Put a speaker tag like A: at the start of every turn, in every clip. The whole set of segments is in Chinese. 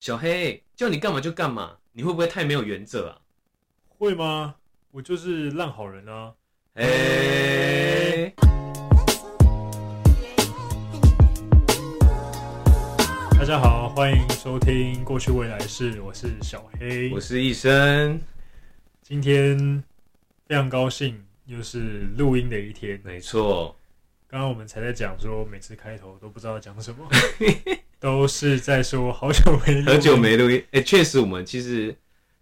A: 小黑，叫你干嘛就干嘛，你会不会太没有原则啊？
B: 会吗？我就是烂好人啊！
A: 哎、
B: 大家好，欢迎收听《过去未来式》，我是小黑
A: 我。是医生，
B: 今天非常高兴，又是录音的一天。
A: 没错，
B: 刚刚我们才在讲说，每次开头都不知道讲 什么，都是在说好久没录
A: 很久没录音，哎、确实我们其实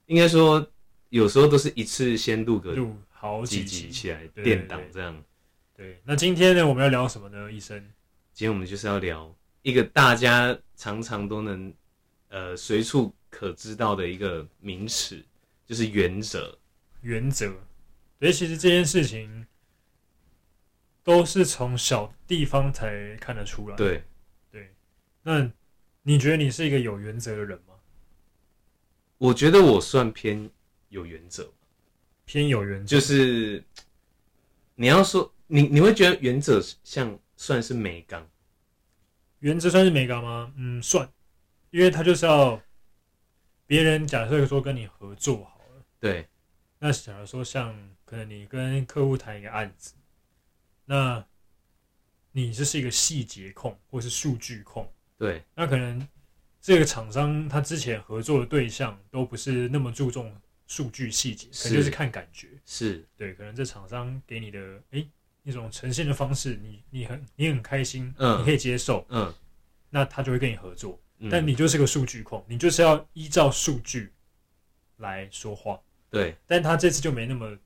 A: 应该说有时候都是一次先录个
B: 录好
A: 几
B: 几
A: 集
B: 集。
A: 起来
B: 对
A: 垫档这样。
B: 对，那今天呢，我们要聊什么呢？医生，
A: 今天我们就是要聊一个大家常常都能呃随处可知道的一个名词，就是原则。
B: 原则。对，其实这件事情都是从小地方才看得出来。
A: 对，
B: 那你觉得你是一个有原则的人吗？
A: 我觉得我算偏有原则。
B: 偏有原则，
A: 就是你要说你你会觉得原则像算是美感，
B: 原则算是美感吗？嗯，算，因为他就是要别人假设说跟你合作好了，
A: 对
B: 那假如说像可能你跟客户谈一个案子，那你就是一个细节控或是数据控，
A: 对
B: 那可能这个厂商他之前合作的对象都不是那么注重数据细节，可
A: 是
B: 能就是看感觉。
A: 是，
B: 对，可能这厂商给你的诶一种呈现的方式，你你很你很开心，
A: 嗯
B: 你可以接受，
A: 嗯，
B: 那他就会跟你合作。
A: 嗯
B: 但你就是个数据控，你就是要依照数据来说话。
A: 对
B: 但他这次就没那么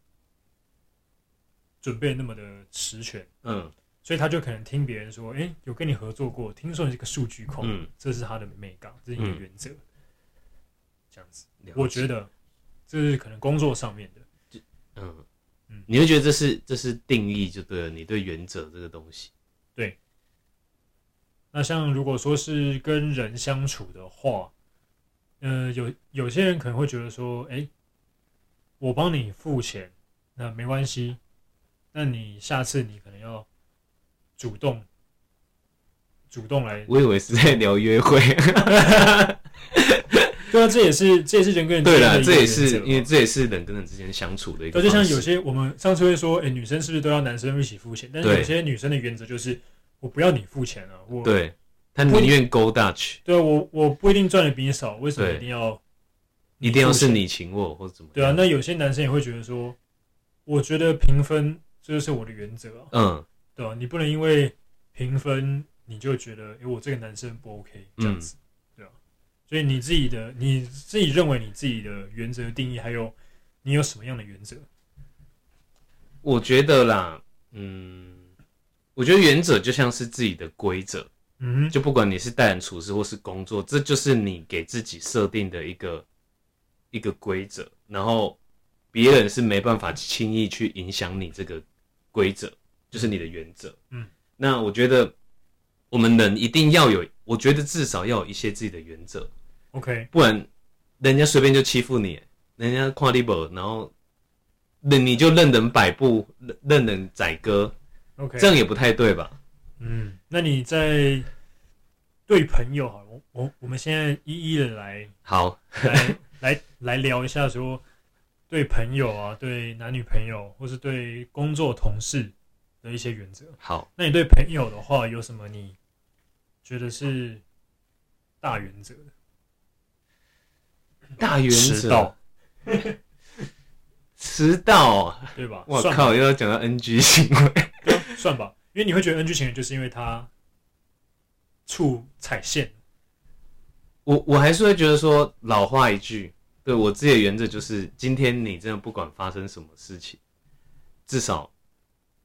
B: 准备那么的实权，
A: 嗯
B: 所以他就可能听别人说，诶，有跟你合作过，听说你是个数据控，
A: 嗯，
B: 这是他的美感，这是你的
A: 嗯
B: 原则，这样子，
A: 了解
B: 我觉得这是可能工作上面的。
A: 嗯
B: 嗯
A: 你会觉得这是这是定义就对了，你对原则这个东西，
B: 那像如果说是跟人相处的话，呃，有有些人可能会觉得说，哎，我帮你付钱，那没关系，那你下次你可能要主动主动来，
A: 我以为是在聊约会。
B: 对啊，这也是这也是人跟人之
A: 对
B: 间的
A: 了，
B: 一
A: 这也
B: 个原则
A: 是
B: 嘛
A: 因为这也是人跟人之间相处的一个
B: 对，
A: 方式，
B: 就像有些我们上次会说，哎，女生是不是都要男生一起付钱？但是
A: 对
B: 有些女生的原则就是，我不要你付钱啊，我
A: 对他宁愿勾搭去，
B: 对啊我我不一定赚的比你少，为什么
A: 对
B: 一定要
A: 一定要
B: 付钱
A: 是你请我或者怎么样，
B: 对啊，那有些男生也会觉得说，我觉得评分这就是我的原则啊，
A: 嗯
B: 对啊，你不能因为评分你就觉得，诶、我这个男生不 OK 这样
A: 嗯
B: 子，对啊，所以你自己的你自己认为你自己的原则定义，还有你有什么样的原则？
A: 我觉得啦，嗯，我觉得原则就像是自己的规则，
B: 嗯哼，
A: 就不管你是待人处事或是工作，这就是你给自己设定的一个一个规则，然后别人是没办法轻易去影响你这个规则，就是你的原则。
B: 嗯，
A: 那我觉得我们人一定要有，我觉得至少要有一些自己的原则，
B: OK，
A: 不然人家随便就欺负你，人家跨 l e 然后任你就任人摆布，任任人宰割，
B: OK，
A: 这样也不太对吧？
B: 嗯，那你在对朋友好了，我我我们现在一一的来
A: 好，
B: 来来来聊一下说，对朋友啊，对男女朋友，或是对工作同事的一些原则。
A: 好。
B: 那你对朋友的话，有什么你觉得是大原则的？
A: 大原则，
B: 迟到，
A: 迟到，哦
B: 对吧？
A: 我
B: 算吧，
A: 靠，又要讲到 NG 行为，
B: 对啊算吧，因为你会觉得 NG 行为，就是因为他触踩线。
A: 我我还是会觉得说老话一句，对我自己的原则就是，今天你真的不管发生什么事情，至少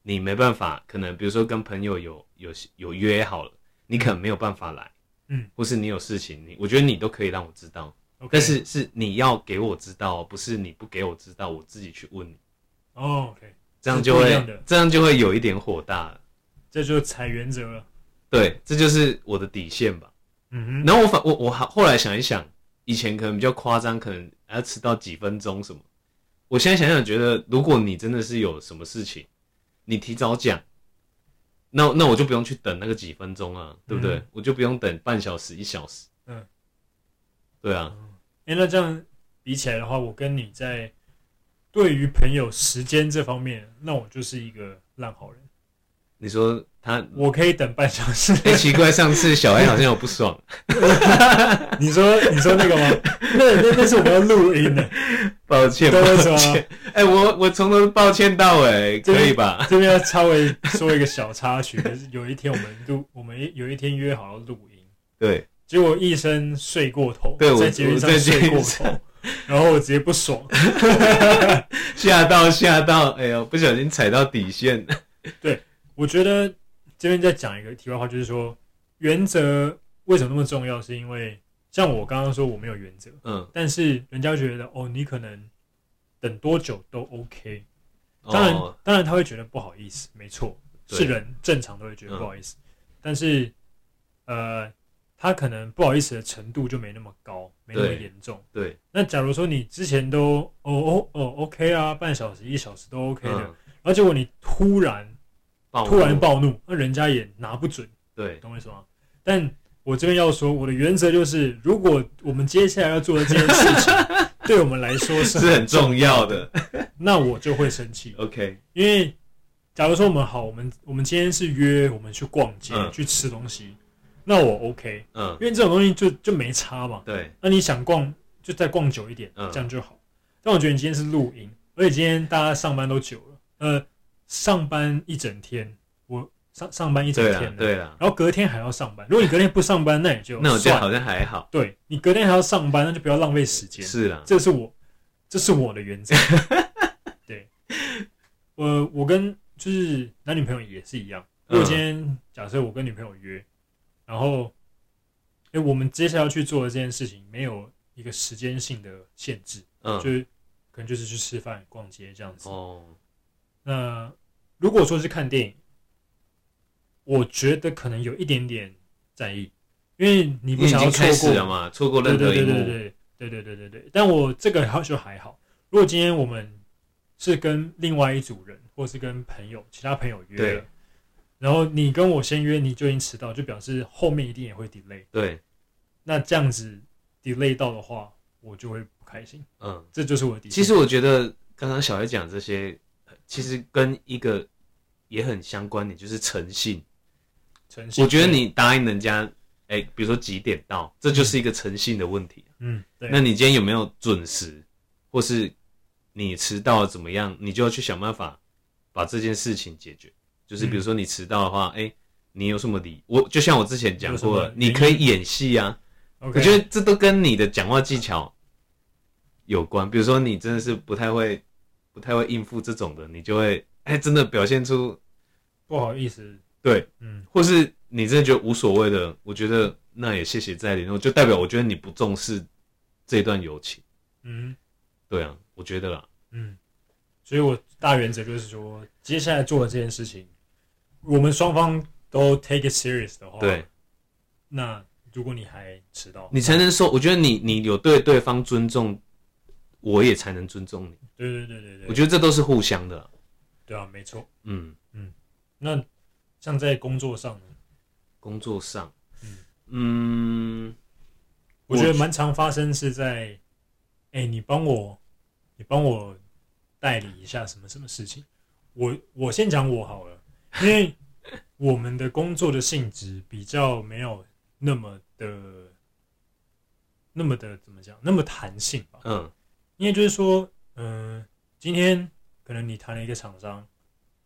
A: 你没办法，可能比如说跟朋友有有有约好了，你可能没有办法来，
B: 嗯，
A: 或是你有事情，你我觉得你都可以让我知道，
B: OK，
A: 但是是你要给我知道哦，不是你不给我知道，我自己去问你，
B: 哦，OK，
A: 这样
B: 是
A: 就
B: 不一
A: 会
B: 样的
A: 这样就会有一点火大了，
B: 这就是踩原则了。
A: 对，这就是我的底线吧。
B: 嗯哼，
A: 然后我反我我后来想一想，以前可能比较夸张，可能还要迟到几分钟什么。我现在想想，觉得如果你真的是有什么事情，你提早讲，那那我就不用去等那个几分钟啊，对不对？
B: 嗯
A: 我就不用等半小时、一小时。
B: 嗯，
A: 对啊，
B: 哎、那这样比起来的话，我跟你在对于朋友时间这方面，那我就是一个烂好人，
A: 你说他，
B: 我可以等半小时。
A: 哎、奇怪，上次小黑好像有不爽，
B: 你说你说那个吗？那那那是我们要录 音的，
A: 抱歉，
B: 对
A: 抱
B: 为什么
A: 歉，哎、我我从头抱歉到 尾，
B: 这
A: 可
B: 边
A: 以吧？
B: 这边要稍微说一个小插曲，就是有一天我们录，我们有一天约好要录音，
A: 对，
B: 结果医生睡过头，
A: 对我
B: 在节目
A: 我在捷
B: 上
A: 运
B: 睡过头
A: 上，
B: 然后我直接不爽，
A: 吓到吓到，哎呦，不小心踩到底线，
B: 我觉得这边再讲一个题外话，就是说原则为什么那么重要，是因为像我刚刚说我没有原则，
A: 嗯，
B: 但是人家觉得哦，你可能等多久都 OK，
A: 哦
B: 当然、当然他会觉得不好意思，没错，
A: 对嗯
B: 是人正常都会觉得不好意思，但是呃，他可能不好意思的程度就没那么高，没那么
A: 对
B: 严重。
A: 对，
B: 那假如说你之前都哦哦哦 OK 啊，半小时一小时都 OK 的，
A: 嗯，
B: 然后结果你突然
A: 暴怒
B: 突然，暴怒，那人家也拿不准，
A: 对，
B: 懂我意思吗？但我这边要说，我的原则就是，如果我们接下来要做的这件事情， 对我们来说是
A: 是很重要的。
B: 那我就会生气，
A: OK，
B: 因为假如说我们好，我们我们今天是约我们去逛街、
A: 嗯
B: 去吃东西，那我 OK，
A: 嗯，
B: 因为这种东西就就没差嘛。
A: 对，
B: 那你想逛就再逛久一点，
A: 嗯
B: 这样就好。但我觉得你今天是录音，而且今天大家上班都久了，呃，上班一整天，我上上班一整
A: 对啊啦，
B: 天了，
A: 对啦，
B: 然后隔天还要上班。如果你隔天不上班，那也就
A: 那我觉得
B: 算
A: 好
B: 了。
A: 像还好，
B: 对你隔天还要上班，那就不要浪费时间。
A: 是啦，
B: 这是我，这是我的 原则。对，我我跟就是男女朋友也是一样。如
A: 嗯
B: 果今天假设我跟女朋友约，然后，哎、我们接下来要去做的这件事情没有一个时间性的限制，
A: 嗯，
B: 就是可能就是去吃饭、逛街这样子。
A: 哦，
B: 那如果说是看电影，我觉得可能有一点点在意，因为你
A: 你
B: 不
A: 已
B: 想
A: 经
B: 要
A: 开
B: 错
A: 始
B: 过
A: 了嘛，错过
B: 对
A: 任何
B: 对
A: 一
B: 对对
A: 幕，
B: 对对对对对对。但我这个好就还好。如果今天我们是跟另外一组人，或是跟朋友、其他朋友约
A: 对
B: 了，然后你跟我先约，你就已经迟到，就表示后面一定也会 delay。
A: 对，
B: 那这样子 delay 到的话，我就会不开心。
A: 嗯，
B: 这就是我的底线。
A: 其实我觉得刚刚小黑讲这些，呃其实跟一个也很相关的，就是诚信。
B: 诚信，
A: 我觉得你答应人家，哎、比如说几点到，这就是一个诚信的问题。
B: 嗯，对，
A: 那你今天有没有准时，或是你迟到怎么样，你就要去想办法把这件事情解决。就是
B: 嗯
A: 比如说你迟到的话，哎、你有什么理？我就像我之前讲过
B: 有
A: 了
B: 什么，原因
A: 你可以演戏啊。
B: OK，
A: 我觉得这都跟你的讲话技巧有关。比如说你真的是不太会、不太会应付这种的，你就会哎、真的表现出
B: 不好意思，
A: 对，
B: 嗯，
A: 或是你真的觉得无所谓的，我觉得那也谢谢再联络，就代表我觉得你不重视这段友情。
B: 嗯
A: 对啊，我觉得啦。
B: 嗯，所以我大原则就是说，接下来做的这件事情，我们双方都 take it serious 的话，
A: 对
B: 那如果你还迟到，
A: 哦你才能说，我觉得你你有对对方尊重，我也才能尊重你。
B: 对对对对对，
A: 我觉得这都是互相的啦。
B: 对啊，没错。
A: 嗯，
B: 那像在工作上呢，
A: 工作上，嗯，
B: 我觉得蛮常发生是在，哎、你帮我，你帮我代理一下什么什么事情。我我先讲我好了，因为我们的工作的性质比较没有那么的，那么的怎么讲，那么弹性吧。
A: 嗯
B: 因为就是说，嗯、今天可能你谈了一个厂商，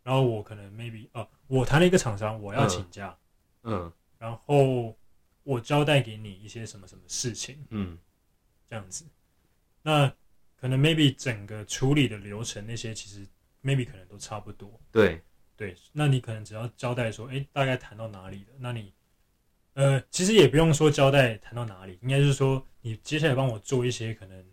B: 然后我可能 maybe 哦、我谈了一个厂商，我要
A: 嗯
B: 请假，
A: 嗯
B: 然后我交代给你一些什么什么事情
A: 嗯，
B: 这样子，那可能 maybe 整个处理的流程那些其实 maybe 可能都差不多，
A: 对，
B: 对，那你可能只要交代说，哎、大概谈到哪里了，那你。呃，其实也不用说交代谈到哪里，应该是说你接下来帮我做一些可能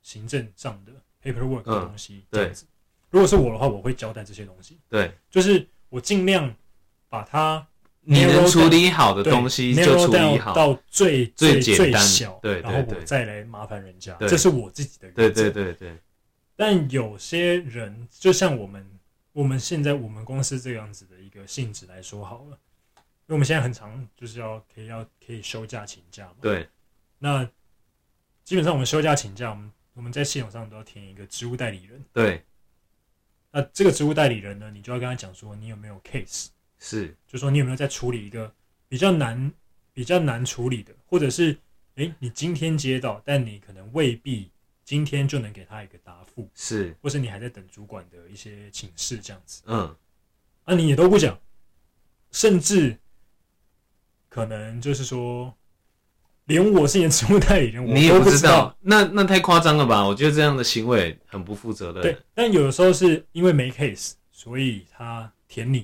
B: 行政上的 paperwork 的
A: 嗯
B: 东西，
A: 对
B: 这样子。如果是我的话，我会交代这些东西，
A: 对，
B: 就是我尽量把它
A: 你
B: Narrow
A: 能
B: down，
A: 处理好的
B: 对
A: 东西
B: narrow
A: 就处
B: down
A: 理好。
B: 到最
A: 最
B: 最
A: 简
B: 最
A: 单
B: 小，
A: 对对
B: 然后我
A: 对
B: 再来麻烦人家，
A: 对
B: 这是我自己的原则。
A: 对对对对，
B: 但有些人，就像我们我们现在我们公司这样子的一个性质来说好了，因为我们现在很常就是要可以要可以休假请假嘛。
A: 对，
B: 那基本上我们休假请假，我们我们在系统上都要填一个职务代理人。
A: 对，
B: 那这个职务代理人呢，你就要跟他讲说你有没有 case，
A: 是，
B: 就说你有没有在处理一个比较难、比较难处理的，或者是诶、你今天接到，但你可能未必今天就能给他一个答复，
A: 是，
B: 或是你还在等主管的一些请示这样子，
A: 嗯，
B: 啊，你也都不讲，甚至可能就是说，连我是你的职务代理人，我
A: 你也
B: 都
A: 不
B: 不
A: 知道，那那太夸张了吧？我觉得这样的行为很不负责
B: 对
A: 任。，
B: 但有的时候是因为没 case，所以他舔你，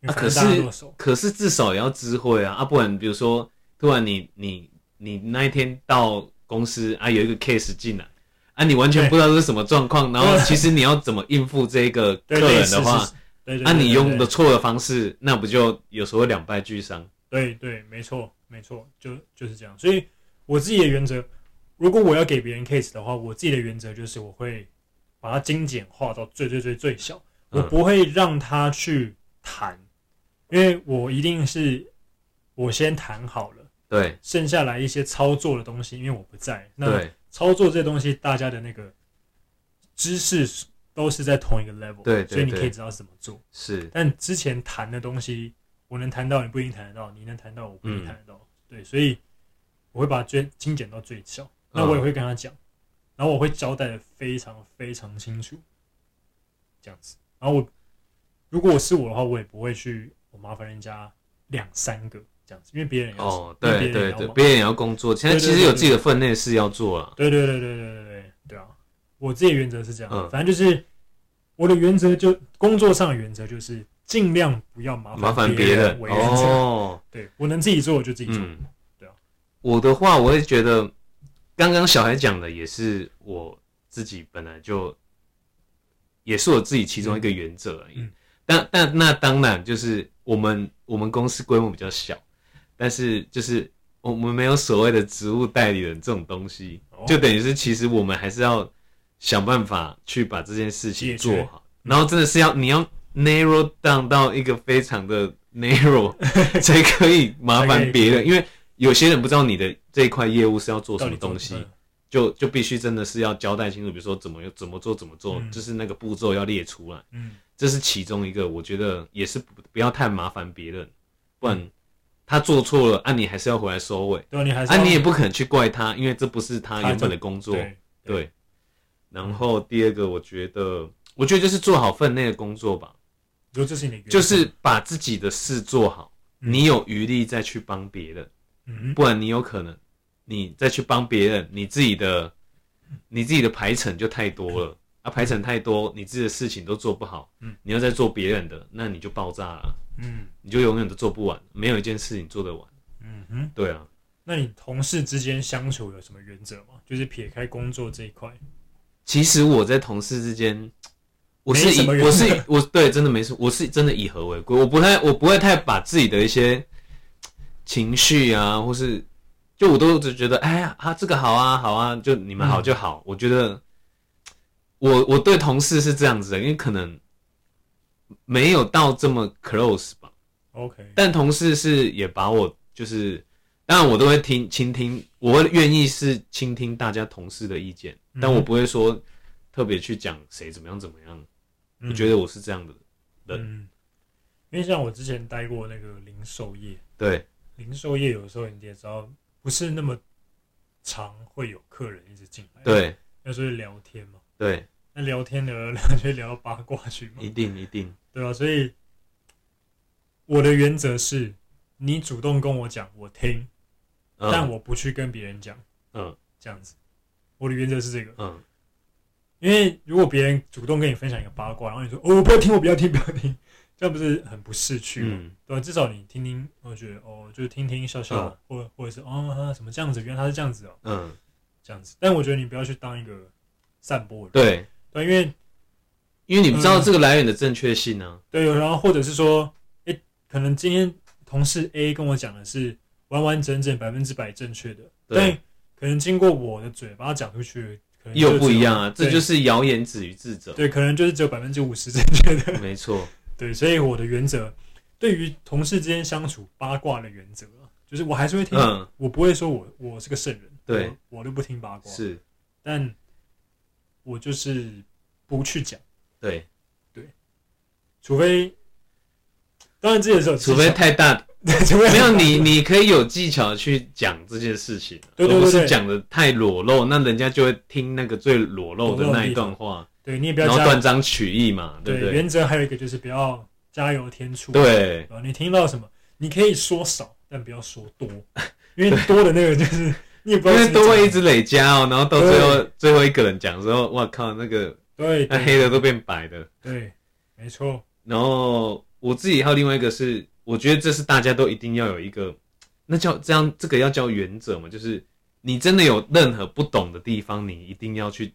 B: 因为
A: 啊
B: 反
A: 可
B: 正大家
A: 是
B: 都熟。
A: 可是至少也要知会啊，啊，不然比如说突然你你你那一天到公司啊，有一个 case 进来。啊，你完全
B: 对
A: 不知道这是什么状况，然后
B: 对
A: 其实你要怎么应付这个客
B: 对类
A: 人
B: 似
A: 的话，
B: 是对对，
A: 那、
B: 对
A: 你
B: 对
A: 用的
B: 对
A: 错的方式，那不就有时候两败俱伤？
B: 对对，没错没错，就就是这样。所以我自己的原则，如果我要给别人 case 的话，我自己的原则就是我会把它精简化到最最最最小，我
A: 嗯
B: 不会让他去谈，因为我一定是我先谈好了，
A: 对
B: 剩下来一些操作的东西，因为我不在，那
A: 对
B: 操作这东西，大家的那个知识都是在同一个 level，
A: 对对
B: 所以你
A: 对
B: 可以知道怎么做。
A: 是，
B: 但之前谈的东西，我能谈到，你不一定谈得到；你能谈到，我不一定谈得到。对，所以我会把它最精简到最小。
A: 嗯
B: 那我也会跟他讲，然后我会交代的非常非常清楚，这样子。然后我如果我是我的话，我也不会去我麻烦人家两三个这样子，因为别人也要
A: 哦，
B: 因
A: 对
B: 为别人也
A: 对
B: 要
A: 对，
B: 忙
A: 别人也要工作，现在
B: 对对
A: 其实
B: 对
A: 有
B: 对
A: 自己的分内事要做啊了。
B: 对对对对对对对对啊！我自己的原则是这样，
A: 嗯
B: 反正就是我的原则就工作上的原则就是尽量不要麻
A: 麻
B: 烦
A: 烦别
B: 哦人
A: 人
B: 为原则。
A: 哦，
B: 对我能自己做我就自己做，
A: 嗯，
B: 对啊
A: 我的话，我会觉得刚刚小孩讲的也是我自己本来就，也是我自己其中一个原则而已。
B: 嗯
A: 但但那当然就是我们我们公司规模比较小，但是就是我们没有所谓的职务代理人这种东西。
B: 哦
A: 就等于是其实我们还是要想办法去把这件事情做
B: 解决
A: 好，然后真的是要你要 narrow down 到一个非常的 narrow 才可以麻烦别人，因为有些人不知道你的这一块业务是要做
B: 到
A: 什
B: 底
A: 么
B: 做
A: 东西
B: 嗯，
A: 就就必须真的是要交代清楚，比如说怎么怎么做怎么做，
B: 嗯
A: 就是那个步骤要列出来，
B: 嗯，
A: 这是其中一个，我觉得也是不不要太麻烦别人，不然他做错了，啊你还是要回来收尾，
B: 对啊，嗯你还是
A: 啊
B: 要
A: 你也不可能去怪他，因为这不是他原本的工作。
B: 对
A: 对，然后第二个，我觉得，我觉得就是做好分内的工作吧，
B: 你说这是你的原则，
A: 就是把自己的事做好，
B: 嗯
A: 你有余力再去帮别人，
B: 嗯
A: 不然你有可能你再去帮别人，你自己的你自己的排程就太多了啊，排程太多，你自己的事情都做不好，
B: 嗯
A: 你要再做别人的，那你就爆炸了，
B: 嗯
A: 你就永远都做不完，没有一件事情做得完。
B: 嗯哼。
A: 对啊，
B: 那你同事之间相处有什么原则吗？就是撇开工作这一块，
A: 其实我在同事之 间，我
B: 没
A: 是
B: 什
A: 以
B: 么原
A: 我
B: 则
A: 是以我对真的没什么，我是真的以和为贵，我不太我不会太把自己的一些情绪啊，或是就我都只觉得哎呀啊这个好啊好啊，就你们
B: 嗯
A: 好就好。我觉得我我对同事是这样子的，因为可能没有到这么 close 吧，
B: OK，
A: 但同事是也把我就是，当然我都会听倾听，我会愿意是倾听大家同事的意见，
B: 嗯
A: 但我不会说特别去讲谁怎么样怎么样。我觉
B: 得
A: 得我是这样的人，
B: 嗯，因为像我之前待过那个零售业，
A: 对
B: 零售业有时候你也知道，不是那么常会有客人一直进来，，
A: 对
B: 那时候就聊天嘛，
A: 对，
B: 那聊天 聊聊就聊到八卦去嘛
A: 一，定一定，
B: 对啊吧、所以我的原则是，你主动跟我讲，我听，
A: 嗯
B: 但我不去跟别人讲，
A: 嗯
B: 这样子，我的原则是这个。
A: 嗯
B: 因为如果别人主动跟你分享一个八卦，然后你说哦，我不要听，我不要听，不要听， 这样不是很不识趣吗？
A: 嗯，
B: 对吧？啊至少你听听，我觉得哦，就是听听笑笑，或或者是哦，他怎么这样子？原来他是这样子哦，
A: 嗯，
B: 这样子。但我觉得你不要去当一个散播人，
A: 对，
B: 对，因为
A: 因为你不知道
B: 嗯
A: 这个来源的正确性啊呢、
B: 对，有然后或者是说，哎，可能今天同事 A 跟我讲的是完完整整百分之百正确的，但
A: 对
B: 可能经过我的嘴巴讲出去，可能
A: 又
B: 就
A: 不
B: 只有
A: 一样啊，这
B: 对
A: 就是谣言止于智者，
B: 对，可能就是只有百分之五十正确的。
A: 没错，
B: 对，所以我的原则，对于同事之间相处八卦的原则啊，就是我还是会听，
A: 嗯，
B: 我不会说我我是个圣人，
A: 对，
B: 我我就不 听八卦，
A: 是，
B: 但我就是不去讲，
A: 对，
B: 除非，当然这也是有技巧
A: 除 非太大，
B: 除非
A: 没有你，你可以有技巧去讲这件事情，啊
B: 对对
A: 而不
B: 对
A: 是
B: 对
A: 讲的太裸露，那人家就会听那个最裸露的那一段话，
B: 对你也不要
A: 然后
B: 加
A: 断章取义嘛，对不对？
B: 原则还有一个就是不要加油添醋，
A: 对
B: 啊，你听到什么，你可以说少，但不要说 多，因为多的那个就是你也不
A: 因为
B: 知道自己
A: 都会一
B: 讲
A: 直累加哦，然后到最后最后一个人讲之后，哇靠，那个
B: 对
A: 那
B: 对
A: 黑的都变白的。
B: 对，没错，
A: 然后我自己还有另外一个是，我觉得这是大家都一定要有一个，那叫这样这个要叫原则嘛，就是你真的有任何不懂的地方，你一定要去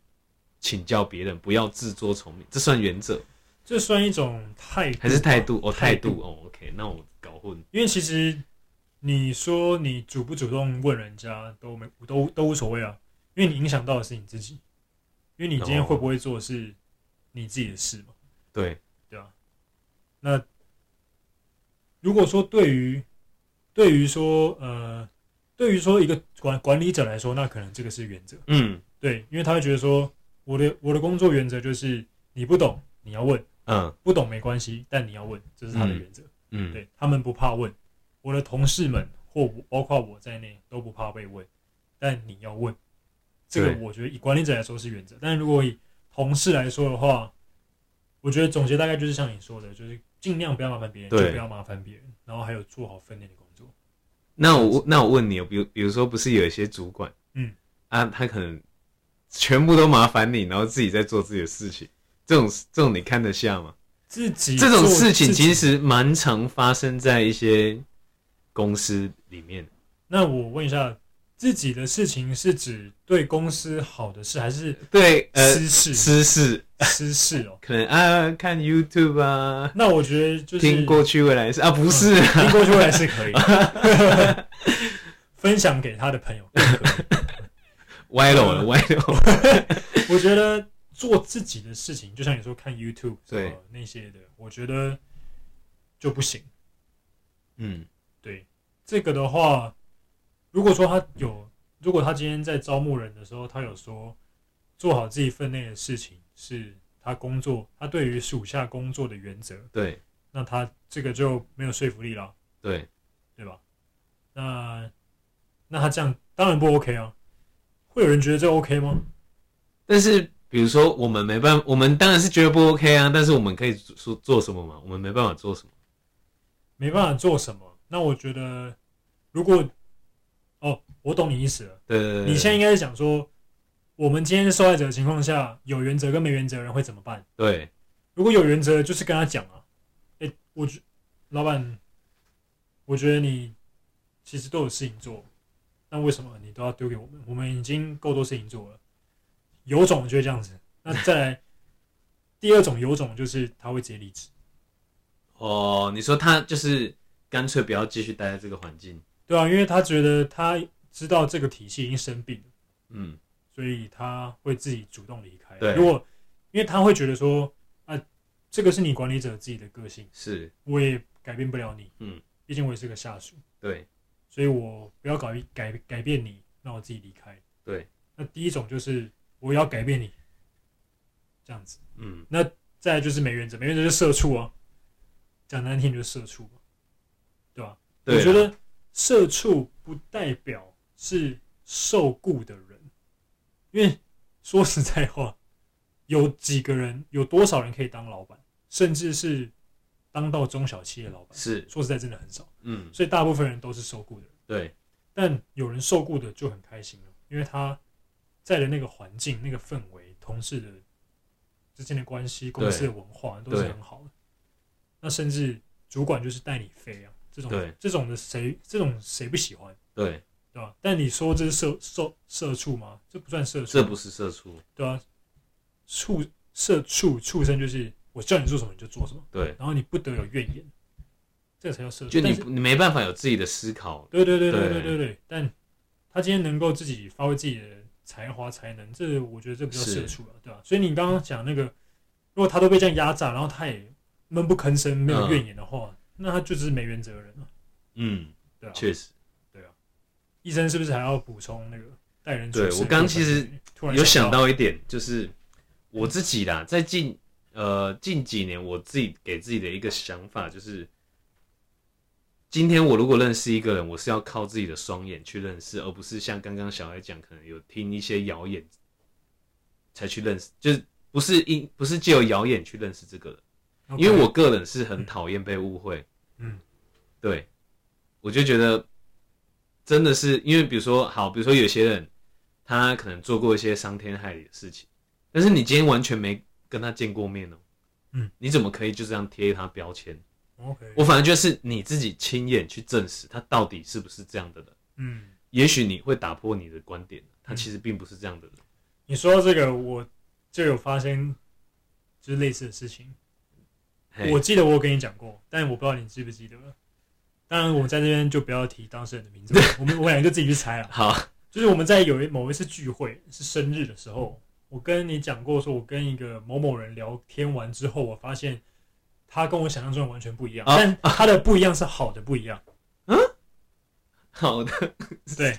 A: 请教别人，不要自作聪明，这算原则
B: 这算一种态度，
A: 还是态？度？哦，态
B: 态度
A: 度哦，OK，那我搞混，
B: 因为其实你说你主不主动问人家都没都都无所谓啊，因为你影响到的是你自己，因为你今天
A: 哦
B: 会不会做是你自己的事嘛。
A: 对
B: 啊那如果说对于对于说呃，对于说一个管管理者来说，那可能这个是原则，
A: 嗯
B: 对，因为他会觉得说我的我的工作原则就是你不懂你要问，
A: 嗯
B: 不懂没关系，但你要问，这是他的原则。
A: 嗯，
B: 对他们不怕问，我的同事们或我包括我在内都不怕被问，但你要问，这个
A: 对
B: 我觉得以管理者来说是原则，但如果以同事来说的话，我觉得总结大概就是像你说的，就是尽量不要麻烦别人，就
A: 对
B: 不要麻烦别人，然后还有做好分内的工作。
A: 那我那我问你，哦比如比如说，不是有一些主管，
B: 嗯
A: 啊，他可能全部都麻烦你，然后自己在做自己的事情，这种这种你看得下吗？
B: 自己
A: 这种
B: 做
A: 事情
B: 自己
A: 其实蛮常发生在一些公司里面。
B: 那我问一下，自己的事情是指对公司好的事，还是
A: 对，呃，
B: 私事？
A: 私事
B: 私事哦。
A: 可能啊，看 YouTube 啊，
B: 那我觉得就是
A: 听过去未来是啊，不是啊，
B: 听过去还是可以，分享给他的朋友更可
A: 歪楼了，歪楼。
B: 以。我觉得做自己的事情，就像你说看 YouTube 什
A: 对
B: 么那些的，我觉得就不行。
A: 嗯，
B: 对这个的话，如果说他有，如果他今天在招募人的时候，他有说做好自己分内的事情，是他工作，他对于属下工作的原则，
A: 对
B: 那他这个就没有说服力了。
A: 对，
B: 对吧？那那他这样当然不 OK 啊。会有人觉得这 OK 吗？
A: 但是。比如说，我们没办我们当然是觉得不 OK 啊，但是我们可以做做什么嘛？我们没办法做什么。
B: 没办法做什么。那我觉得，如果哦，我懂你意思了。
A: 对对对对，
B: 你现在应该是想说，我们今天是受害者的情况下，有原则跟没原则的人会怎么办？
A: 对
B: 如果有原则，就是跟他讲啊，哎、我觉老板，我觉得你其实都有事情做，那为什么你都要丢给我们？我们已经够多事情做了，有种就会这样子。那再来第二种有种就是他会直接离职，
A: 哦，你说他就是干脆不要继续待在这个环境。
B: 对啊，因为他觉得他知道这个体系已经生病了，
A: 嗯，
B: 所以他会自己主动离开。
A: 对
B: 如果因为他会觉得说啊，这个是你管理者自己的个性，
A: 是，
B: 我也改变不了你，
A: 嗯，
B: 毕竟我也是个下属。
A: 对
B: 所以我不要搞一改改变你，让我自己离开。
A: 对，
B: 那第一种就是我要改变你，这样子。
A: 嗯。
B: 再来就是没原则，没原则就是社畜啊，讲难听就是社畜嘛，对吧？
A: 对啊
B: 我觉得社畜不代表是受雇的人，因为说实在话，有几个人，有多少人可以当老板，甚至是当到中小企业老板？
A: 是，
B: 说实在，真的很少。
A: 嗯，
B: 所以大部分人都是受雇的人。
A: 对
B: 但有人受雇的就很开心了，因为他在的那个环境、那个氛围、同事的之间的关系、公司的文化都是很好的。那甚至主管就是带你飞啊，这种
A: 对
B: 这种的谁这种谁不喜欢，
A: 对，
B: 对吧？但你说这是社社社畜吗？这不算社畜，
A: 这不是社畜，
B: 对啊，畜社畜畜生就是我叫你做什么你就做什么，
A: 对，
B: 然后你不得有怨言，这个才叫社畜。
A: 就
B: 但
A: 你
B: 是
A: 不你没办法有自己的思考，
B: 对对对
A: 对
B: 对对对对，但他今天能够自己发挥自己的才华才能，这我觉得这比较
A: 是
B: 社畜了，对吧、所以你刚刚讲那个，如果他都被这样压榨，然后他也闷不吭声，没有
A: 嗯
B: 怨言的话，那他就只是没原则的人了，
A: 嗯，
B: 对吧、
A: 确实，
B: 医生是不是还要补充那个待人处
A: 对
B: 事。
A: 我刚其实
B: 突然
A: 有想
B: 到，
A: 到一点，就是我自己啦，在近呃近几年，我自己给自己的一个想法就是，今天我如果认识一个人，我是要靠自己的双眼去认识，而不是像刚刚小孩讲，可能有听一些谣言才去认识，就是不是因不是借由谣言去认识这个人。因为我个人是很讨厌被误会。
B: 嗯，
A: 对，我就觉得真的是因为，比如说，好，比如说有些人他可能做过一些伤天害理的事情，但是你今天完全没跟他见过面哦、
B: 嗯，
A: 你怎么可以就这样贴他标签？
B: OK，
A: 我反而觉得是你自己亲眼去证实他到底是不是这样的人，
B: 嗯，
A: 也许你会打破你的观点，他其实并不是这样的人。
B: 你说到这个，我就有发生就是类似的事情。
A: 嘿
B: 我记得我有跟你讲过，但我不知道你记不记得了。当然，我们在这边就不要提当事人的名字， 我们我们两个就自己去猜了。
A: 好，
B: 就是我们在有一某一次聚会是生日的时候，我跟你讲过，说我跟一个某某人聊天完之后，我发现他跟我想象中的完全不一样，
A: 啊
B: 但他的不一样是好的不一样。
A: 好的，
B: 对，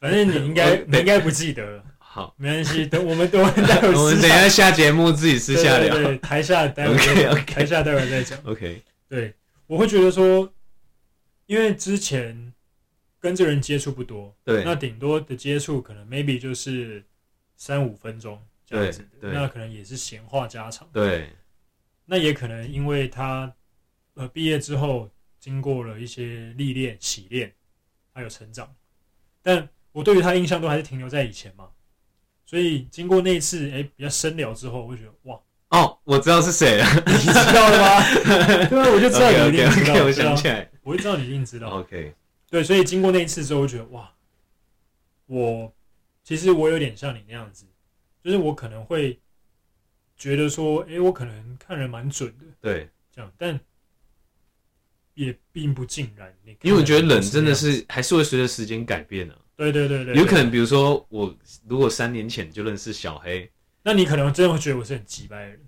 B: 反正你应该
A: 我
B: 你应该不记得了，
A: 好，
B: 没关系，等我们等我 们待会儿
A: 我们
B: 私
A: 等一
B: 下
A: 下下节目自己私下
B: 对
A: 聊。
B: 对对，台下待会儿再
A: OK，OK
B: 台下待会儿再讲。
A: OK，
B: 对，我会觉得说，因为之前跟这个人接触不多，
A: 对，
B: 那顶多的接触可能 maybe 就是三五分钟这样子，
A: 对对
B: 那可能也是闲话家常。
A: 对，
B: 那也可能因为他呃毕业之后经过了一些历练、洗练，还有成长，但我对于他的印象都还是停留在以前嘛。所以经过那一次哎、比较深聊之后，我就觉得哇，
A: 哦，我知道是谁了，
B: 你知道了吗？ 对啊，我就知道你
A: OK
B: 一定
A: OK
B: 知
A: OK，
B: 道
A: 我
B: 对啊
A: 想起来
B: 我就知道你一定知道。
A: ，OK，
B: 对，所以经过那一次之后，我觉得哇，我其实我有点像你那样子，就是我可能会觉得说，诶，我可能看人蛮准的
A: 对，
B: 这样，但也并不尽然。你看
A: 因为我觉得人
B: 不
A: 真的
B: 那样，
A: 是还是会随着时间改变的、
B: 对对对对，
A: 有
B: 对
A: 可。能比如说我如果三年前就认识小黑，
B: 那你可能真的会觉得我是很鸡掰的人，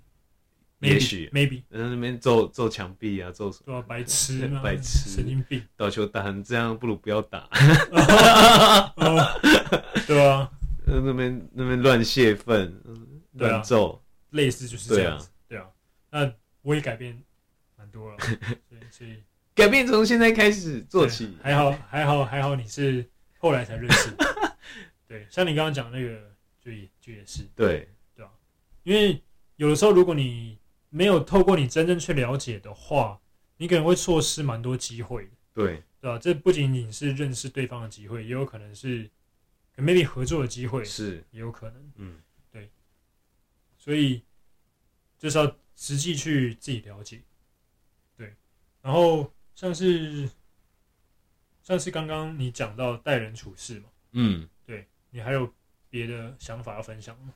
A: 也许
B: maybe
A: 在那边揍揍墙壁啊，揍什么
B: 对吧、白痴嘛，
A: 白痴
B: 神经病，
A: 打球打成这样，不如不要打，
B: 哦对啊，
A: 那边那边乱泄愤，
B: 对啊
A: 乱揍，
B: 类似就是这样子，对啊，那我也改变蛮多了，所以所以。
A: 改变从现在开始做
B: 对啊
A: 起，
B: 还好，还好，还好，你是后来才认识我。对，像你刚刚讲那个，就也就也是，
A: 对
B: 因为有的时候如果你没有透过你真正去了解的话，你可能会错失蛮多机会的，
A: 对
B: 对吧、这不仅仅是认识对方的机会，也有可能是 maybe 合作的机会，
A: 是，
B: 也有可能。
A: 嗯，
B: 所以就是要实际去自己了解。对，然后像是像是刚刚你讲到待人处事嘛。
A: 嗯，
B: 你还有别的想法要分享吗？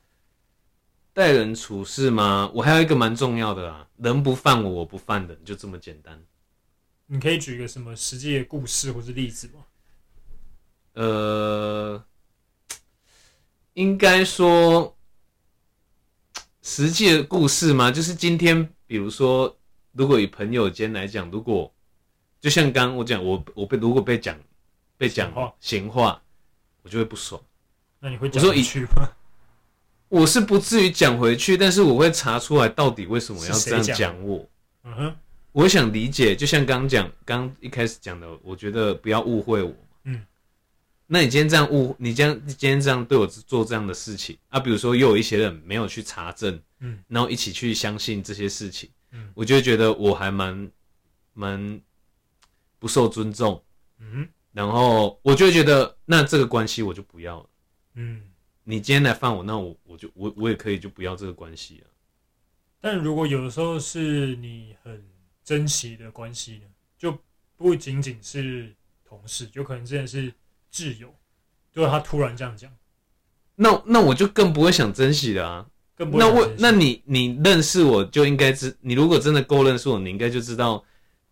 A: 待人处事嘛，我还有一个蛮重要的啊，人不犯我，我不犯人，就这么简单。
B: 你可以举一个什么实际的故事或是例子吗？
A: 呃，应该说实际的故事吗？就是今天，比如说，如果以朋友间来讲，如果就像刚刚我讲，我我被如果被讲被讲
B: 闲话
A: 闲话，我就会不爽。
B: 那你会
A: 我
B: 讲
A: 说
B: 一
A: 以
B: 句吗？
A: 我是不至于讲回去，但是我会查出来到底为什么要这
B: 是谁
A: 样
B: 讲
A: 讲我。
B: 嗯哼，
A: 我想理解，就像刚讲，刚一开始讲的，我觉得不要误会我。
B: 嗯，
A: 那你今天这样误，你这样你今天这样对我做这样的事情啊，比如说又有一些人没有去查证，
B: 嗯，
A: 然后一起去相信这些事情，
B: 嗯，
A: 我就会觉得我还蛮蛮不受尊重，
B: 嗯哼，
A: 然后我就会觉得那这个关系我就不要了。
B: 嗯。
A: 你今天来犯我，那我我就我我也可以就不要这个关系啊。
B: 但如果有的时候是你很珍惜的关系呢，就不仅仅是同事，有可能真的是挚友。就是他突然这样讲，
A: 那那我就更不会想珍惜了啊。
B: 更不会
A: 那
B: 想
A: 我
B: 珍惜
A: 那你你认识我就应该知，你如果真的够认识我，你应该就知道，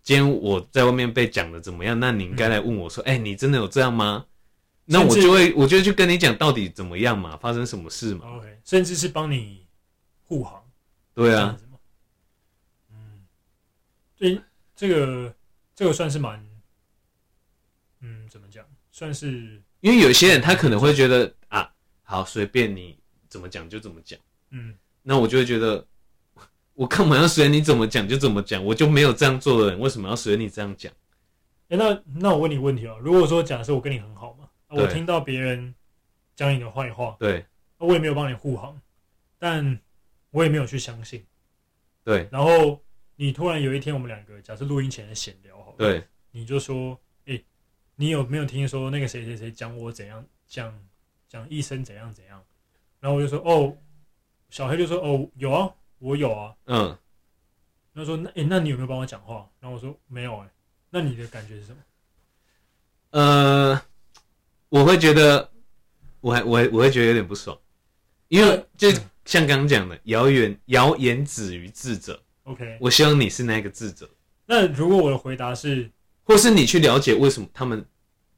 A: 今天我在外面被讲的怎么样，那你应该来问我说，哎、你真的有这样吗？那我
B: 甚至
A: 就会我就会去跟你讲到底怎么样嘛，发生什么事嘛？
B: OK，甚至是帮你护航。
A: 对
B: 这样
A: 啊，
B: 子吗？嗯，对，这个这个算是蛮，嗯，怎么讲，算是
A: 因为有些人他可能会觉得啊，好随便你怎么讲就怎么讲，
B: 嗯，
A: 那我就会觉得我干嘛要随你怎么讲就怎么讲？我就没有这样做的人，为什么要随你这样讲？
B: 诶那那我问你问题哦，如果说假设我跟你很好嘛，啊
A: 对
B: 我听到别人讲你的坏话，
A: 对
B: 啊我也没有帮你护航，但我也没有去相信。
A: 对
B: 然后你突然有一天，我们两个假设录音前的闲聊好了，
A: 对
B: 你就说，哎、你有没有听说那个谁谁谁讲我怎样讲讲医生怎样怎样？然后我就说，哦，小黑就说，哦，有啊，我有啊。
A: 嗯，
B: 他说，那、诶那你有没有帮我讲话？然后我说没有、诶欸那你的感觉是什么？
A: 呃，我会觉得，我还我还我会觉得有点不爽，因为就
B: 嗯
A: 像刚刚讲的，谣言谣言止于智者，
B: OK，
A: 我希望你是那个智者，
B: 那如果我的回答是
A: 或是你去了解为什么他们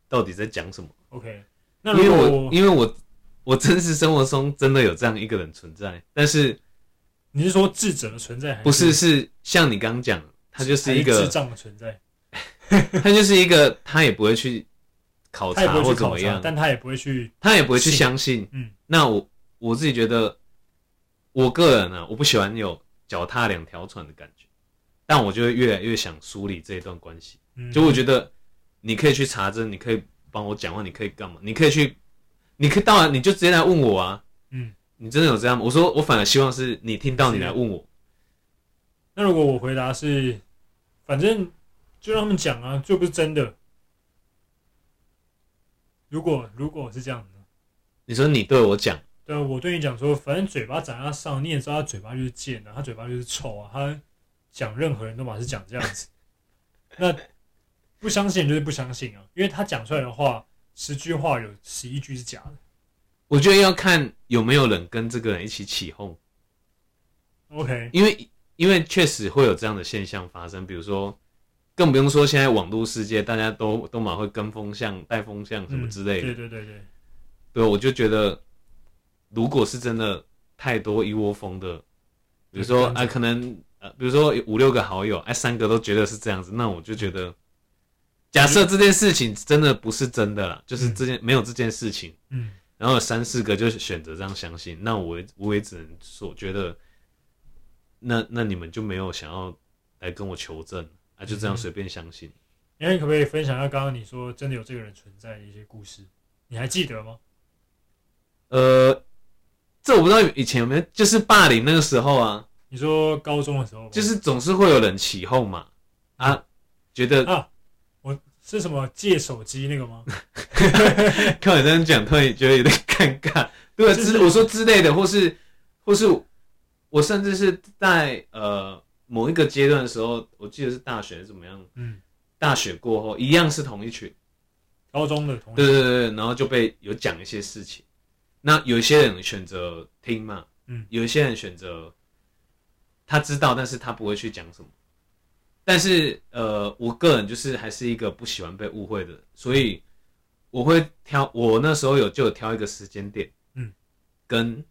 A: 到底在讲什么，
B: OK，那
A: 因为
B: 如果
A: 我因为我我真实生活中真的有这样一个人存在，但是
B: 你是说智者的存在，还
A: 不是是像你刚刚讲，他就是一
B: 还
A: 个
B: 智障的存在？
A: 他就是一个他也不会去考
B: 他也
A: 察
B: 不会
A: 或
B: 去
A: 怎
B: 考
A: 么
B: 察，
A: 样，
B: 但他也不会去，
A: 他也不会去相信。
B: 嗯，
A: 那我我自己觉得，我个人啊，我不喜欢有脚踏两条船的感觉，但我就会越来越想梳理这一段关系。
B: 嗯
A: 就我觉得，你可以去查证，你可以帮我讲话，你可以干嘛？你可以去，你可以当然你就直接来问我啊。
B: 嗯，啊
A: 你真的有这样吗？我说我反而希望是你听到你来问我。
B: 那如果我回答是，反正就让他们讲啊，这又不是真的。如果如果是这样的，
A: 你说你对我讲，
B: 对啊，我对你讲说，反正嘴巴长在他上，你也知道他嘴巴就是贱啊，他嘴巴就是臭啊，他讲任何人都嘛是讲这样子。 那不相信就是不相信啊，因为他讲出来的话，十句话有十一句是假的。
A: 我觉得要看有没有人跟这个人一起起哄。
B: OK，
A: 因为因为确实会有这样的现象发生，比如说，更不用说现在网络世界，大家都都蛮会跟风向、带风向什么
B: 嗯
A: 之类的。
B: 对对对对，
A: 对，我就觉得，如果是真的太多一窝蜂的，比如说
B: 对
A: 啊，可能呃，比如说有五六个好友，哎、三个都觉得是这样子，那我就觉得，假设这件事情真的不是真的啦，就是这件、没有这件事情，
B: 嗯，
A: 然后有三四个就是选择这样相信，那我也我也只能说觉得，那那你们就没有想要来跟我求证啊，就这样
B: 嗯
A: 随便相信。
B: 哎，你可不可以分享一下刚刚你说真的有这个人存在的一些故事？你还记得吗？
A: 呃，这我不知道以前有没有，就是霸凌那个时候啊，
B: 你说高中的时候吗，
A: 就是总是会有人起哄嘛，
B: 嗯
A: 啊，觉得
B: 啊，我是什么借手机那 个吗？
A: 看我这样讲，突然觉得有点尴尬。对，
B: 哎
A: 啊
B: 就
A: 之
B: 是
A: 我说之类的，或是或是我甚至是在呃某一个阶段的时候，我记得是大学还是怎么样。
B: 嗯，
A: 大学过后一样是同一群，
B: 高中的同
A: 对
B: 学，
A: 对对对，然后就被有讲一些事情。那有一些人选择听嘛，
B: 嗯，
A: 有一些人选择他知道，但是他不会去讲什么。但是呃，我个人就是还是一个不喜欢被误会的人，所以我会挑我那时候有就有挑一个时间点，
B: 嗯，
A: 跟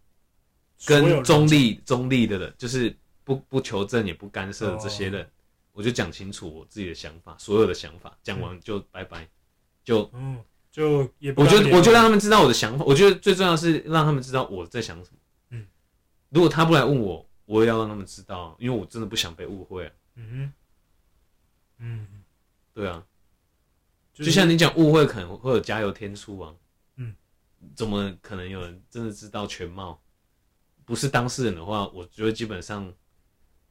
B: 所有
A: 跟
B: 人
A: 中立中立的人，就是不不求证也不干涉的这
B: 哦
A: 些人，我就讲清楚我自己的想法，所有的想法讲完就拜拜，就
B: 嗯，就也不啊
A: 我就
B: 跟他们
A: 我就让
B: 联
A: 他们知道我的想法，我觉得最重要是让他们知道我在想什么。
B: 嗯，
A: 如果他不来问我，我也要让他们知道啊，因为我真的不想被误会啊。
B: 络，嗯哼嗯，
A: 对啊，
B: 就
A: 就是像你讲误会可能会有加油添醋啊。
B: 嗯，
A: 怎么可能有人真的知道全貌？不是当事人的话，我觉得基本上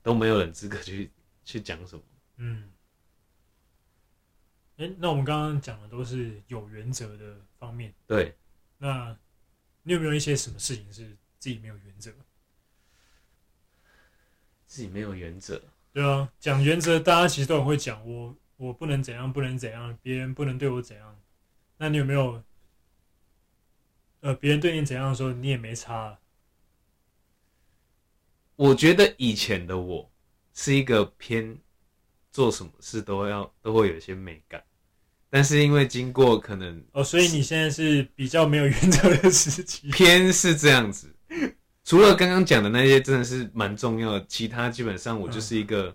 A: 都没有人资格去去讲什么。
B: 嗯，哎、那我们刚刚讲的都是有原则的方面，
A: 对，
B: 那你有没有一些什么事情是自己没有原则？
A: 自己没有原则。
B: 对啊，讲原则，大家其实都很会讲，我我不能怎样，不能怎样，别人不能对我怎样。那你有没有？呃，别人对你怎样的时候，你也没差。啊
A: 我觉得以前的我是一个偏做什么事都要都会有一些美感，但是因为经过可能
B: 哦，所以你现在是比较没有原则的时期。
A: 偏是这样子，除了刚刚讲的那些真的是蛮重要的，其
B: 嗯
A: 他基本上我就是一个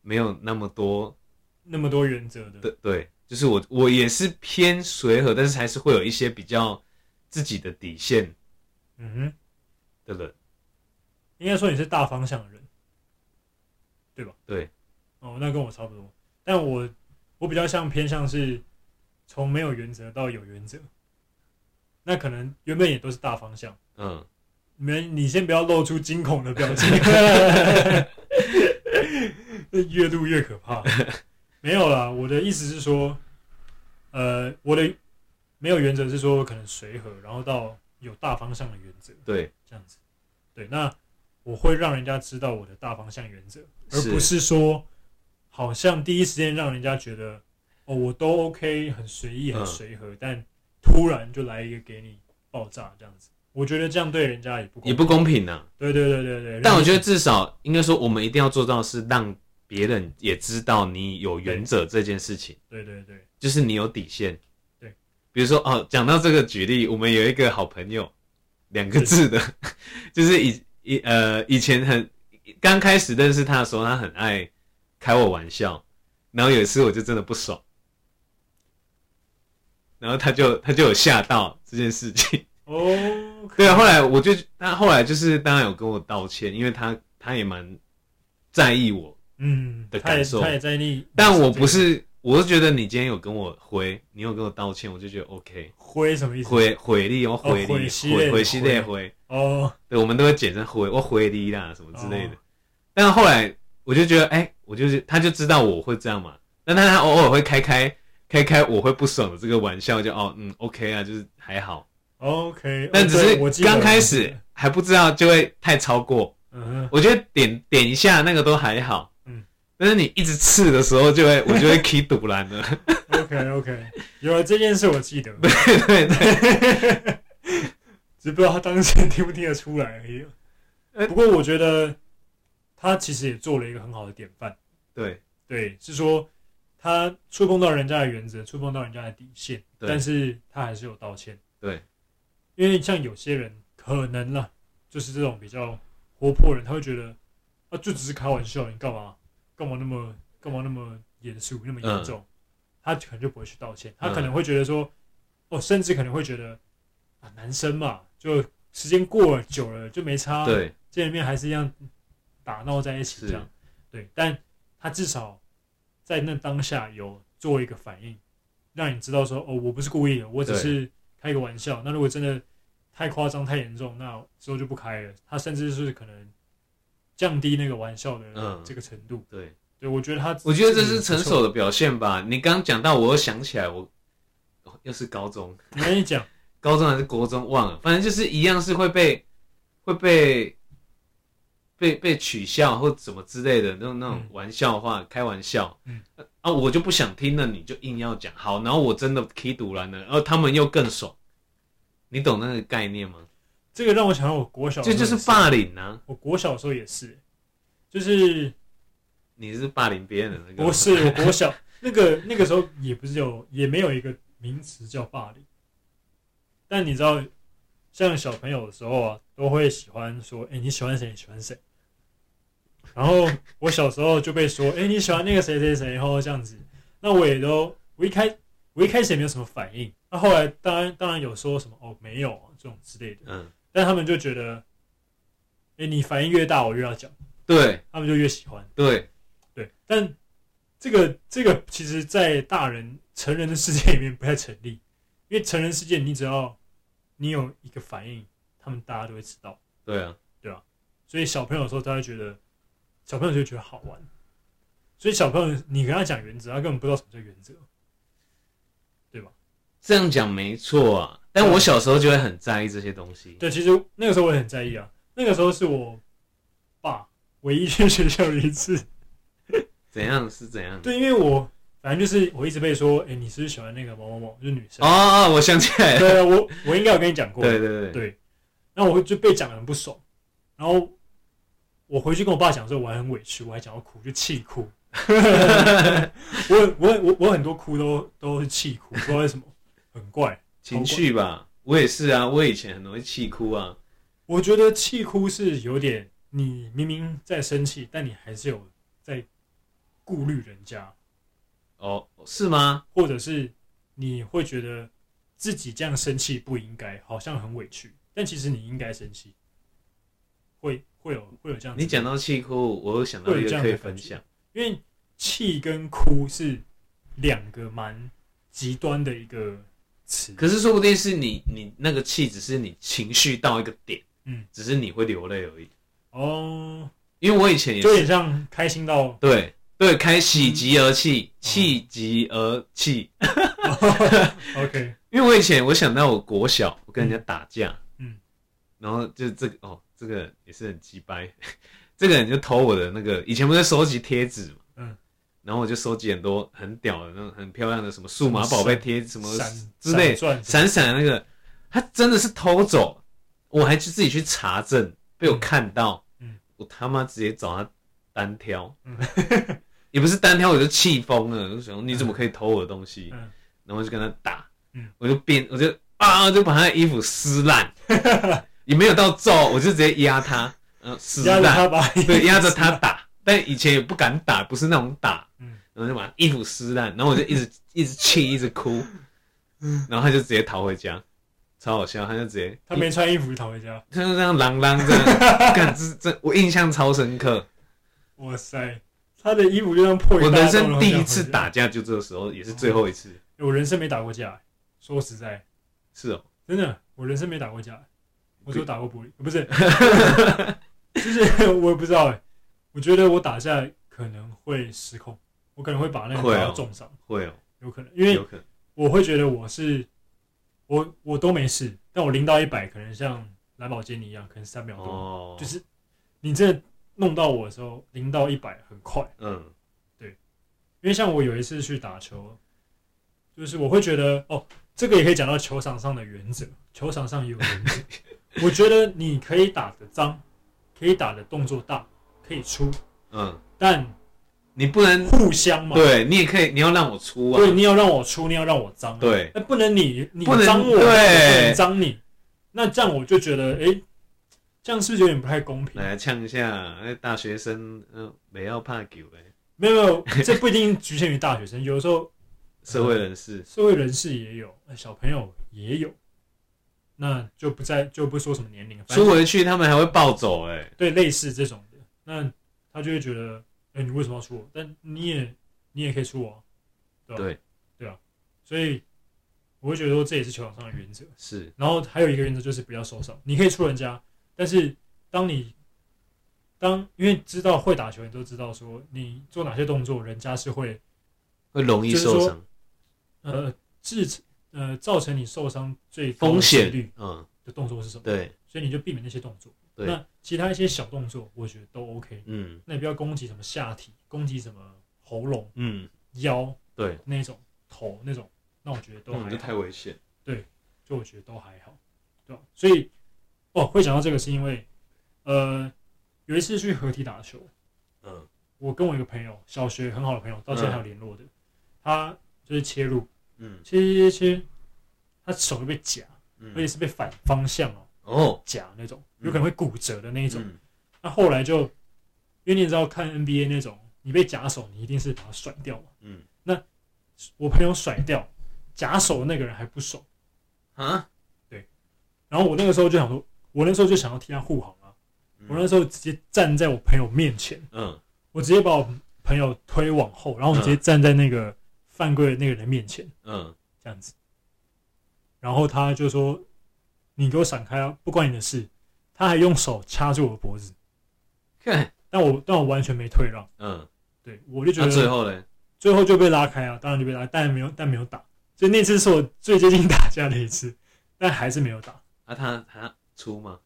A: 没有那么多
B: 那么多原则的，
A: 的对，就是我我也是偏随和，但是还是会有一些比较自己的底线
B: 嗯哼，
A: 的人。
B: 应该说你是大方向的人，对吧？
A: 对，
B: 哦，那跟我差不多，但我我比较像偏向是从没有原则到有原则，那可能原本也都是大方向，
A: 嗯，
B: 你们你先不要露出惊恐的表情，越录越可怕。没有啦，我的意思是说，呃，我的没有原则是说可能随和，然后到有大方向的原则
A: 对，
B: 这样子。对，那我会让人家知道我的大方向原则，而
A: 是
B: 不是说好像第一时间让人家觉得哦我都 OK，很随意，很
A: 嗯
B: 随和，但突然就来一个给你爆炸这样子。我觉得这样对人家也不公
A: 也不公平啊呐、
B: 对对对对对。
A: 但我觉得
B: 得
A: 至少应该说，我们一定要做到是让别人也知道你有原则这件事情，
B: 对对对，
A: 就是你有底线。
B: 对，
A: 比如说哦，讲到这个举例，我们有一个好朋友，两个字的， 就是以以呃以前很刚开始认识他的时候，他很爱开我玩笑，然后有一次我就真的不爽，然后他就他就有吓到这件事情。
B: 哦，
A: 对啊，后来我就他后来就是当然有跟我道歉，因为他他也蛮在意我，
B: 嗯，
A: 的
B: 他也
A: 感受
B: 他也在你，
A: 但我不是，我是觉得你今天有跟我回，你有跟我道歉，我就觉得 OK，
B: 灰什么意思？
A: 回回力，我回
B: 哦回
A: 力，
B: 系列
A: 回
B: 的
A: 回系列
B: 回
A: 回，
B: 哦，
A: 对，我们都会简称回，我回力啦什么之类的
B: 哦。
A: 但后来我就觉得，哎，我就是他就知道我会这样嘛，但他他偶尔会开开开开我会不爽的这个玩笑，就哦嗯 OK 啊，就是还好，
B: OK，
A: 但
B: 哦
A: 只
B: 对我
A: 是
B: 记得
A: 刚开
B: 我记
A: 始
B: 得
A: 还不知道就会太超过。
B: 嗯哼，
A: 我觉得点点一下那个都还好，
B: 嗯
A: 嗯，但是你一直刺的时候，就 会我就会 key 堵拦了，
B: OK OK，有了这件事我记得，
A: 对对对，
B: 只不知道他当时听不听得出来而已。
A: 呃
B: 不过我觉得他其实也做了一个很好的典范，
A: 对
B: 对，是说他触碰到人家的原则，触碰到人家的底线，
A: 对
B: 但是他还是有道歉。
A: 对，
B: 因为像有些人可能啦，就是这种比较活泼人，他会觉得啊，就只是开玩笑，你干嘛干嘛那么干嘛那么严肃，那么
A: 嗯
B: 严重，他可能就不会去道歉，他可能会觉得说，哦，甚至可能会觉得啊，男生嘛，就时间过了久了就没差，，啊
A: 对
B: 见了面还是一样打闹在一起
A: 是
B: 这样，对，但他至少在那当下有做一个反应，让你知道说哦，我不是故意的，我只
A: 对
B: 是开个玩笑。那如果真的太夸张、太严重，那之后就不开了。他甚至是可能降低那个玩笑的
A: 嗯
B: 这个程度。
A: 对，
B: 对我觉得他，
A: 我觉得这
B: 个也
A: 是
B: 不
A: 成
B: 错。
A: 熟的表现吧。你刚讲到，我又想起来我，哦又是高中，
B: 我跟你讲，
A: 高中还是国中忘了，反正就是一样是会被会被被被取笑或怎么之类的那种那种
B: 嗯
A: 玩笑话、开玩笑，
B: 嗯
A: 啊，我就不想听了，你就硬要讲好，然后我真的 key 堵拦了，然后他们又更爽，你懂那个概念吗？
B: 这个让我想到我国小的时
A: 这
B: 候
A: 就是
B: 也
A: 霸凌啊！
B: 我国小的时候也是，就是
A: 你是霸凌别人的那个，
B: 不是，我国小那个那个时候也不是有也没有一个名词叫霸凌，但你知道，像小朋友的时候啊，都会喜欢说，哎、你喜欢谁？你喜欢谁？然后我小时候就被说，哎、你喜欢那个谁谁谁，然后这样子，那我也都我一开我一开始也没有什么反应，那后来当然当然有说什么哦没有啊这种之类的，
A: 嗯，
B: 但他们就觉得，哎、你反应越大，我越要讲，
A: 对
B: 他们就越喜欢。
A: 对
B: 对，但这个这个其实，在大人成人的世界里面不太成立，因为成人世界你只要你有一个反应，他们大家都会知道，
A: 对啊，
B: 所以小朋友的时候他会觉得，小朋友就会觉得好玩，所以小朋友你跟他讲原则，他根本不知道什么叫原则。
A: 这样讲没错啊。但我小时候就会很在意这些东西，
B: 对，其实那个时候我也很在意啊，那个时候是我爸唯一去学校的一次，
A: 怎样是怎样。
B: 对，因为我反正就是我一直被说，哎、你是不是喜欢那个某某某，就是女生。
A: 哦哦，我想起来了，
B: 对，啊我我应该有跟你讲过，
A: 对对对，
B: 对，然后我就被讲得很不爽，然后我回去跟我爸讲的时候，我还很委屈，我还讲到哭，就气哭。我我我我很多哭都都是气哭，不知道为什么，很怪。
A: 情绪吧，我也是啊，我以前很容易气哭啊。
B: 我觉得气哭是有点，你明明在生气，但你还是有在顾虑人家，
A: 哦，是吗？
B: 或者是你会觉得自己这样生气不应该，好像很委屈，但其实你应该生气，会会有会有这样子。
A: 你讲到气哭，我又想到
B: 会有
A: 一
B: 这
A: 个
B: 样
A: 可以
B: 的感
A: 分
B: 觉
A: 享。
B: 因为气跟哭是两个蛮极端的一个词，
A: 可是说不定是你你那个气，只是你情绪到一个点，
B: 嗯，
A: 只是你会流泪而已。
B: 哦，
A: 因为我以前也
B: 就有
A: 是，
B: 点像开 心到
A: 对对，开喜极而
B: 嗯
A: 泣，气极而泣。
B: OK，
A: 因为我以前我想到我国小，我跟人家打架，
B: 嗯，
A: 然后就这个哦，这个也是很鸡掰， 这个人就偷我的那个，以前不是收集贴纸嘛，
B: 嗯，
A: 然后我就收集很多很屌的那种很漂亮的什么数码宝贝贴什么
B: 闪
A: 之类
B: 闪钻
A: 闪闪的那个，他真的是偷走，我还去自己去查证，被我看到，
B: 嗯嗯
A: 我他妈直接找他单挑，
B: 嗯
A: 也不是单挑，我就气疯了，我就想你怎么可以偷我的东西，
B: 嗯
A: 然后就跟他打，
B: 嗯
A: 我就变，我就啊，就把他的衣服撕烂，也没有到揍，我就直接压他，嗯、撕
B: 压着
A: 烂，
B: 他把
A: 对，压着他 打，但以前也不敢打，不是那种打，
B: 嗯
A: 然后就把衣服撕烂，然后我就一直一直气，一直哭，然后他就直接逃回家，超好笑，他就直接
B: 嗯他没穿衣服就逃回家，
A: 他就这样啷啷 这样，干这这我印象超深刻，
B: 哇塞，他的衣服就像破一
A: 我
B: 大
A: 人生
B: 洞
A: 第一次，
B: 然
A: 打
B: 后
A: 架就这个时候，也是最后一次，
B: 这样回家我人生没打过架，说实在，
A: 是哦，
B: 真的，我人生没打过架，我只有
A: 对
B: 打过玻璃，不是， 就是我也不知道哎，我觉得我打架可能会失控，我可能会把那个
A: 会哦
B: 打到重伤，
A: 会哦，
B: 有可能，因为
A: 有可能，
B: 我会觉得我是我我都没事，但我零到一百可能像蓝宝坚尼一样，可能三秒多，
A: 哦，
B: 就是你真的弄到我的时候，零到一百很快。
A: 嗯
B: 因为像我有一次去打球，就是我会觉得哦，这个也可以讲到球场上的原则，球场上也 有原则。我觉得你可以打的脏，可以打的动作大，可以出，
A: 嗯，
B: 但
A: 你不能。
B: 互相嘛，
A: 对你也可以，你要让我出啊！
B: 对，你要让我出，你要让我脏、啊，
A: 对
B: 那不能你你
A: 不能
B: 脏
A: 对
B: 我，我不能脏你，那这样我就觉得，诶，这样是不是有点不太公平？
A: 来呛一下，那大学生，嗯、不要怕球哎，
B: 没有没有，这不一定局限于大学生，有的时候
A: 社会人士，
B: 社会人士也有，呃小朋友也有，那就不再就不说什么年龄，反
A: 出
B: 正
A: 回去他们还会暴走哎、
B: 对类似这种的，那他就会觉得，哎、你为什么要出我？但你也你也可以出我啊、对吧
A: 对
B: 对啊，所以我会觉得说这也是球场上的原则。
A: 是，
B: 然后还有一个原则就是不要受伤，你可以出人家，但是当你当因为知道会打球，你都知道说你做哪些动作，人家是会
A: 会容易受伤，
B: 呃制呃造成你受伤最高的
A: 风
B: 几率
A: 险，嗯，
B: 的动作是什么，
A: 对，
B: 所以你就避免那些动作。
A: 对
B: 那其他一些小动作，我觉得都 OK。
A: 嗯
B: 那你不要攻击什么下体，攻击什么喉咙、
A: 嗯，
B: 腰
A: 对，
B: 那种、头那种，那我觉得都
A: 那
B: 还
A: 我
B: 好
A: 们就太危险，
B: 就我觉得都还好，对吧？所以哦，会讲到这个是因为，呃，有一次去合体打球，
A: 嗯
B: 我跟我一个朋友，小学很好的朋友，到现在还有联络的，他就是切入，
A: 嗯
B: 切切切切，他手就被夹，而且
A: 嗯，
B: 是被反方向哦
A: 哦，
B: 夹那种，
A: 嗯
B: 有可能会骨折的那一
A: 一
B: 种。那后来就，因为你也知道看 NBA 那种，你被夹手，你一定是把它甩掉嘛。
A: 嗯
B: 我朋友甩掉夹手的那个人还不爽。
A: 啊，
B: 然后我那个时候就想说，我那时候就想要替他护航啊。我那时候直接站在我朋友面前，
A: 嗯
B: 我直接把我朋友推往后，然后我直接站在那个犯规的那个人面前，
A: 嗯
B: 这样子。然后他就说：“你给我闪开啊，不关你的事。”他还用手掐住我的脖子，
A: 看，
B: 但我但我完全没退让。
A: 嗯，
B: 对我就觉
A: 那
B: 得
A: 最后嘞，
B: 最后就被拉开啊，当然就被拉，但没有但没有打，所以那次是我最接近打架的一次，但还是没有打。
A: 啊他他出吗？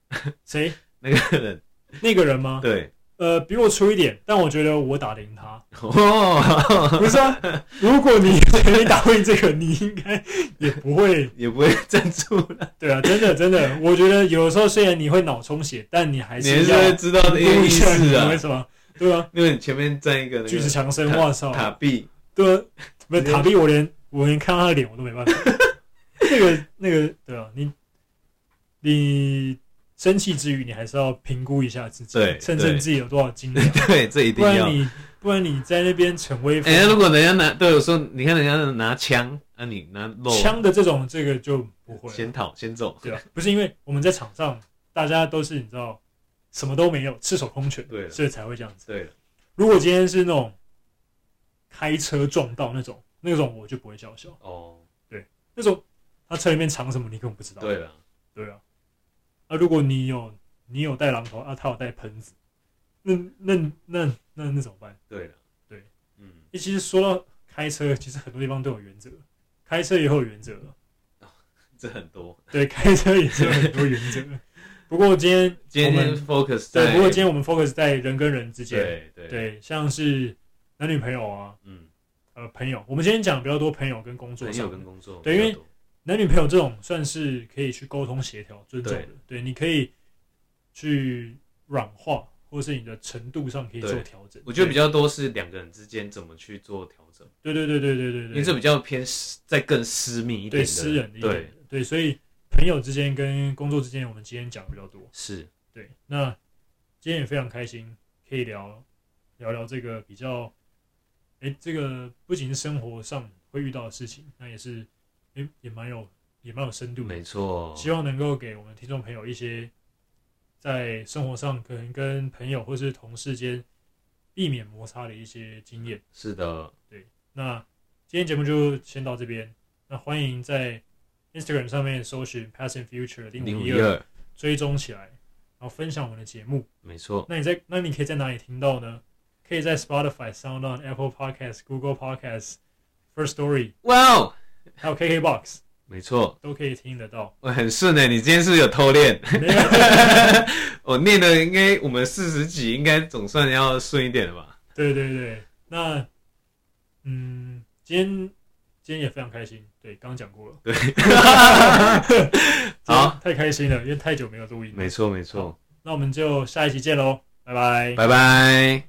B: 谁？
A: 那个人，
B: 那个人吗？
A: 对，
B: 呃，比我粗一点，但我觉得我打得赢 他。
A: 哦，
B: 不是啊，如果你你打不赢这个，你应该也不会。
A: 也不会站住了，
B: 对啊，真的真的，我觉得有的时候虽然你会脑充血，但你还
A: 你还
B: 是
A: 是
B: 要
A: 会知道那个
B: 顾
A: 意
B: 一下你
A: 思啊
B: 为，什么？对啊，
A: 因为你前面站一个那
B: 举止
A: 个
B: 强身，
A: 塔
B: 哇操！
A: 塔壁，
B: 对啊，不是
A: 直接
B: 塔比，我连我连看到他的 脸我都没办法。那个那个，对啊，你你生气之余，你还是要评估一下自己，
A: 对
B: 称称
A: 对
B: 自己有多少斤两，
A: 对，这一定
B: 不
A: 要
B: 然。你不然你在那边逞威 风
A: 哎、，如果人家拿，对我说，你看人家拿枪，啊，你拿肉，
B: 枪的这种这个就不会了，
A: 先跑先走，
B: 对啊，不是因为我们在场上大家都是你知道什么都没有，赤手空拳，
A: 对了
B: 所以才会这样子。
A: 对了，
B: 如果今天是那种开车撞到那种，那种我就不会叫嚣，
A: 哦，
B: 那种他车里面藏什么你根本不知道。
A: 对了，
B: 对啊，啊，如果你有你有带榔头啊，他有带喷子，那那那那那那怎么办？
A: 对了，
B: 对，
A: 嗯，
B: 欸其实说到开车，其实很多地方都有原则，开车也有原则，
A: 这很多。
B: 对，开车也是有很多原则。不过今天
A: 今
B: 我
A: 天
B: 们
A: focus 在
B: 对，不过今天我们 focus 在人跟人之间，
A: 对对，
B: 对，像是男女朋友啊，
A: 嗯，
B: 呃，朋友，我们今天讲比较多朋友跟工作
A: 朋
B: 上
A: 友
B: 的
A: 跟，工作
B: 对因为
A: 比较多
B: 男女朋友这种算是可以去沟通协调、尊重的，对，你可以去软化，或是你的程度上可以做
A: 对
B: 调整。
A: 我觉得比较多是两个人之间怎么去做调整，
B: 对对对对对对
A: 因
B: 对
A: 为这比较偏私再更私密一点
B: 对
A: 的，
B: 私人的一点
A: 对，
B: 对，所以朋友之间跟工作之间，我们今天讲比较多。
A: 是
B: 对，那今天也非常开心，可以聊聊聊这个比较，哎、这个不仅是生活上会遇到的事情，那也是，哎、也蛮有也蛮有深度的。
A: 没错，
B: 嗯希望能够给我们听众朋友一些在生活上可能跟朋友或是同事间避免摩擦的一些经验。
A: 是的，
B: 那今天节目就先到这边，那欢迎在 Instagram 上面搜寻 Past and Future 零
A: 零
B: 五
A: 五
B: 一
A: 一
B: 二
A: 二，
B: 追踪起来，然后分享我们的节目。
A: 没错，
B: 那你在那你可以在哪里听到呢？可以在 Spotify、Sound On、Apple Podcasts、Google Podcasts、First Story
A: 哇哦，
B: 还有 KKBox
A: 没错，
B: 都可以听得到。
A: 我很顺哎，你今天是不是有偷练？
B: 没有
A: 我哦念的应该我们四十集应该总算要顺一点了吧？
B: 对对对，那嗯，今天今天也非常开心。对，刚刚讲过了。 对，
A: 好，
B: 太开心了，因为太久没有录音了。
A: 没错没错
B: 好，那我们就下一期见喽，拜拜。
A: 拜拜。